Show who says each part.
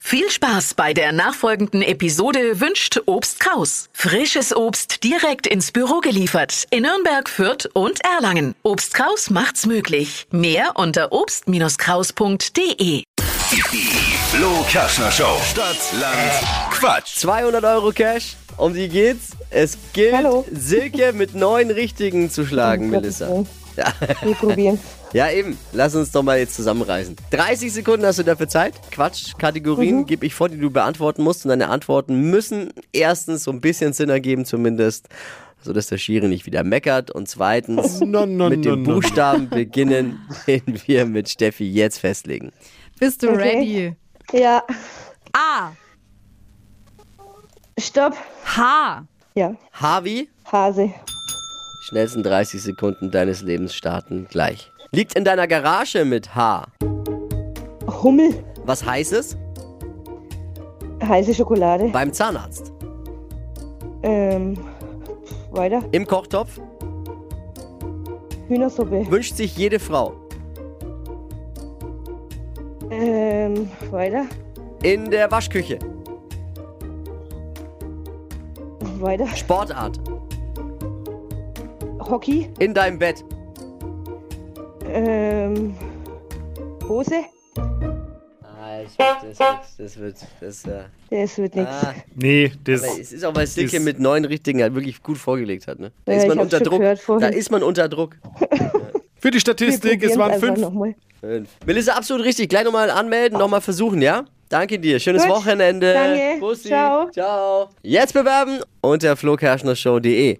Speaker 1: Viel Spaß bei der nachfolgenden Episode wünscht Obst Kraus. Frisches Obst direkt ins Büro geliefert in Nürnberg, Fürth und Erlangen. Obst Kraus macht's möglich. Mehr unter obst-kraus.de.
Speaker 2: Die Flo Kaschner Show. Stadt, Land, Quatsch.
Speaker 3: 200 Euro Cash. Um die geht's. Es gilt,
Speaker 4: Hallo.
Speaker 3: Silke mit neun Richtigen zu schlagen,
Speaker 4: Um Gottes
Speaker 3: Melissa.
Speaker 4: Willen. Wir probieren.
Speaker 3: Ja, eben. Lass uns doch mal jetzt zusammenreißen. 30 Sekunden hast du dafür Zeit. Quatsch. Kategorien gebe ich vor, die du beantworten musst. Und deine Antworten müssen erstens so ein bisschen Sinn ergeben, zumindest, sodass der Schiri nicht wieder meckert. Und zweitens,
Speaker 5: Na, na,
Speaker 3: mit
Speaker 5: na,
Speaker 3: den
Speaker 5: na, na.
Speaker 3: Buchstaben beginnen, den wir mit Steffi jetzt festlegen.
Speaker 6: Bist du
Speaker 4: Okay.
Speaker 6: ready?
Speaker 4: Ja,
Speaker 6: A.
Speaker 4: stopp.
Speaker 6: H.
Speaker 4: Ja,
Speaker 3: Harvey,
Speaker 4: Hase.
Speaker 3: schnellsten 30 Sekunden deines Lebens starten gleich. Liegt in deiner Garage mit H.
Speaker 4: Hummel.
Speaker 3: Was heißt es?
Speaker 4: Heiße Schokolade.
Speaker 3: Beim Zahnarzt.
Speaker 4: Ähm, weiter.
Speaker 3: Im Kochtopf
Speaker 4: Hühnersuppe.
Speaker 3: wünscht sich jede Frau.
Speaker 4: Ähm, weiter.
Speaker 3: In der Waschküche.
Speaker 4: Weiter.
Speaker 3: Sportart.
Speaker 4: Hockey.
Speaker 3: In deinem Bett.
Speaker 4: Ähm, Hose.
Speaker 3: Ah, ich, das, das, das wird. Das, äh,
Speaker 4: Das wird nichts.
Speaker 3: ah,
Speaker 5: Nee, das.
Speaker 3: aber es ist auch, weil Silke
Speaker 5: Ist-
Speaker 3: mit neun richtigen halt wirklich gut vorgelegt hat. Ne? Da
Speaker 4: Ja,
Speaker 3: ist
Speaker 4: ich
Speaker 3: man
Speaker 4: hab's
Speaker 3: unter
Speaker 4: schon
Speaker 3: Druck.
Speaker 4: gehört
Speaker 3: Da
Speaker 4: vorhin.
Speaker 3: ist man unter Druck.
Speaker 5: Für die
Speaker 4: Wir
Speaker 5: Statistik, es
Speaker 4: probieren's
Speaker 5: waren
Speaker 4: einfach
Speaker 5: fünf.
Speaker 4: nochmal.
Speaker 3: Fünf. Melissa, absolut richtig. Gleich nochmal anmelden, nochmal versuchen, ja? Danke dir. Schönes
Speaker 4: Gut.
Speaker 3: Wochenende.
Speaker 4: Danke.
Speaker 3: Bussi.
Speaker 4: Ciao.
Speaker 3: Ciao. Jetzt bewerben unter flokerschnershow.de.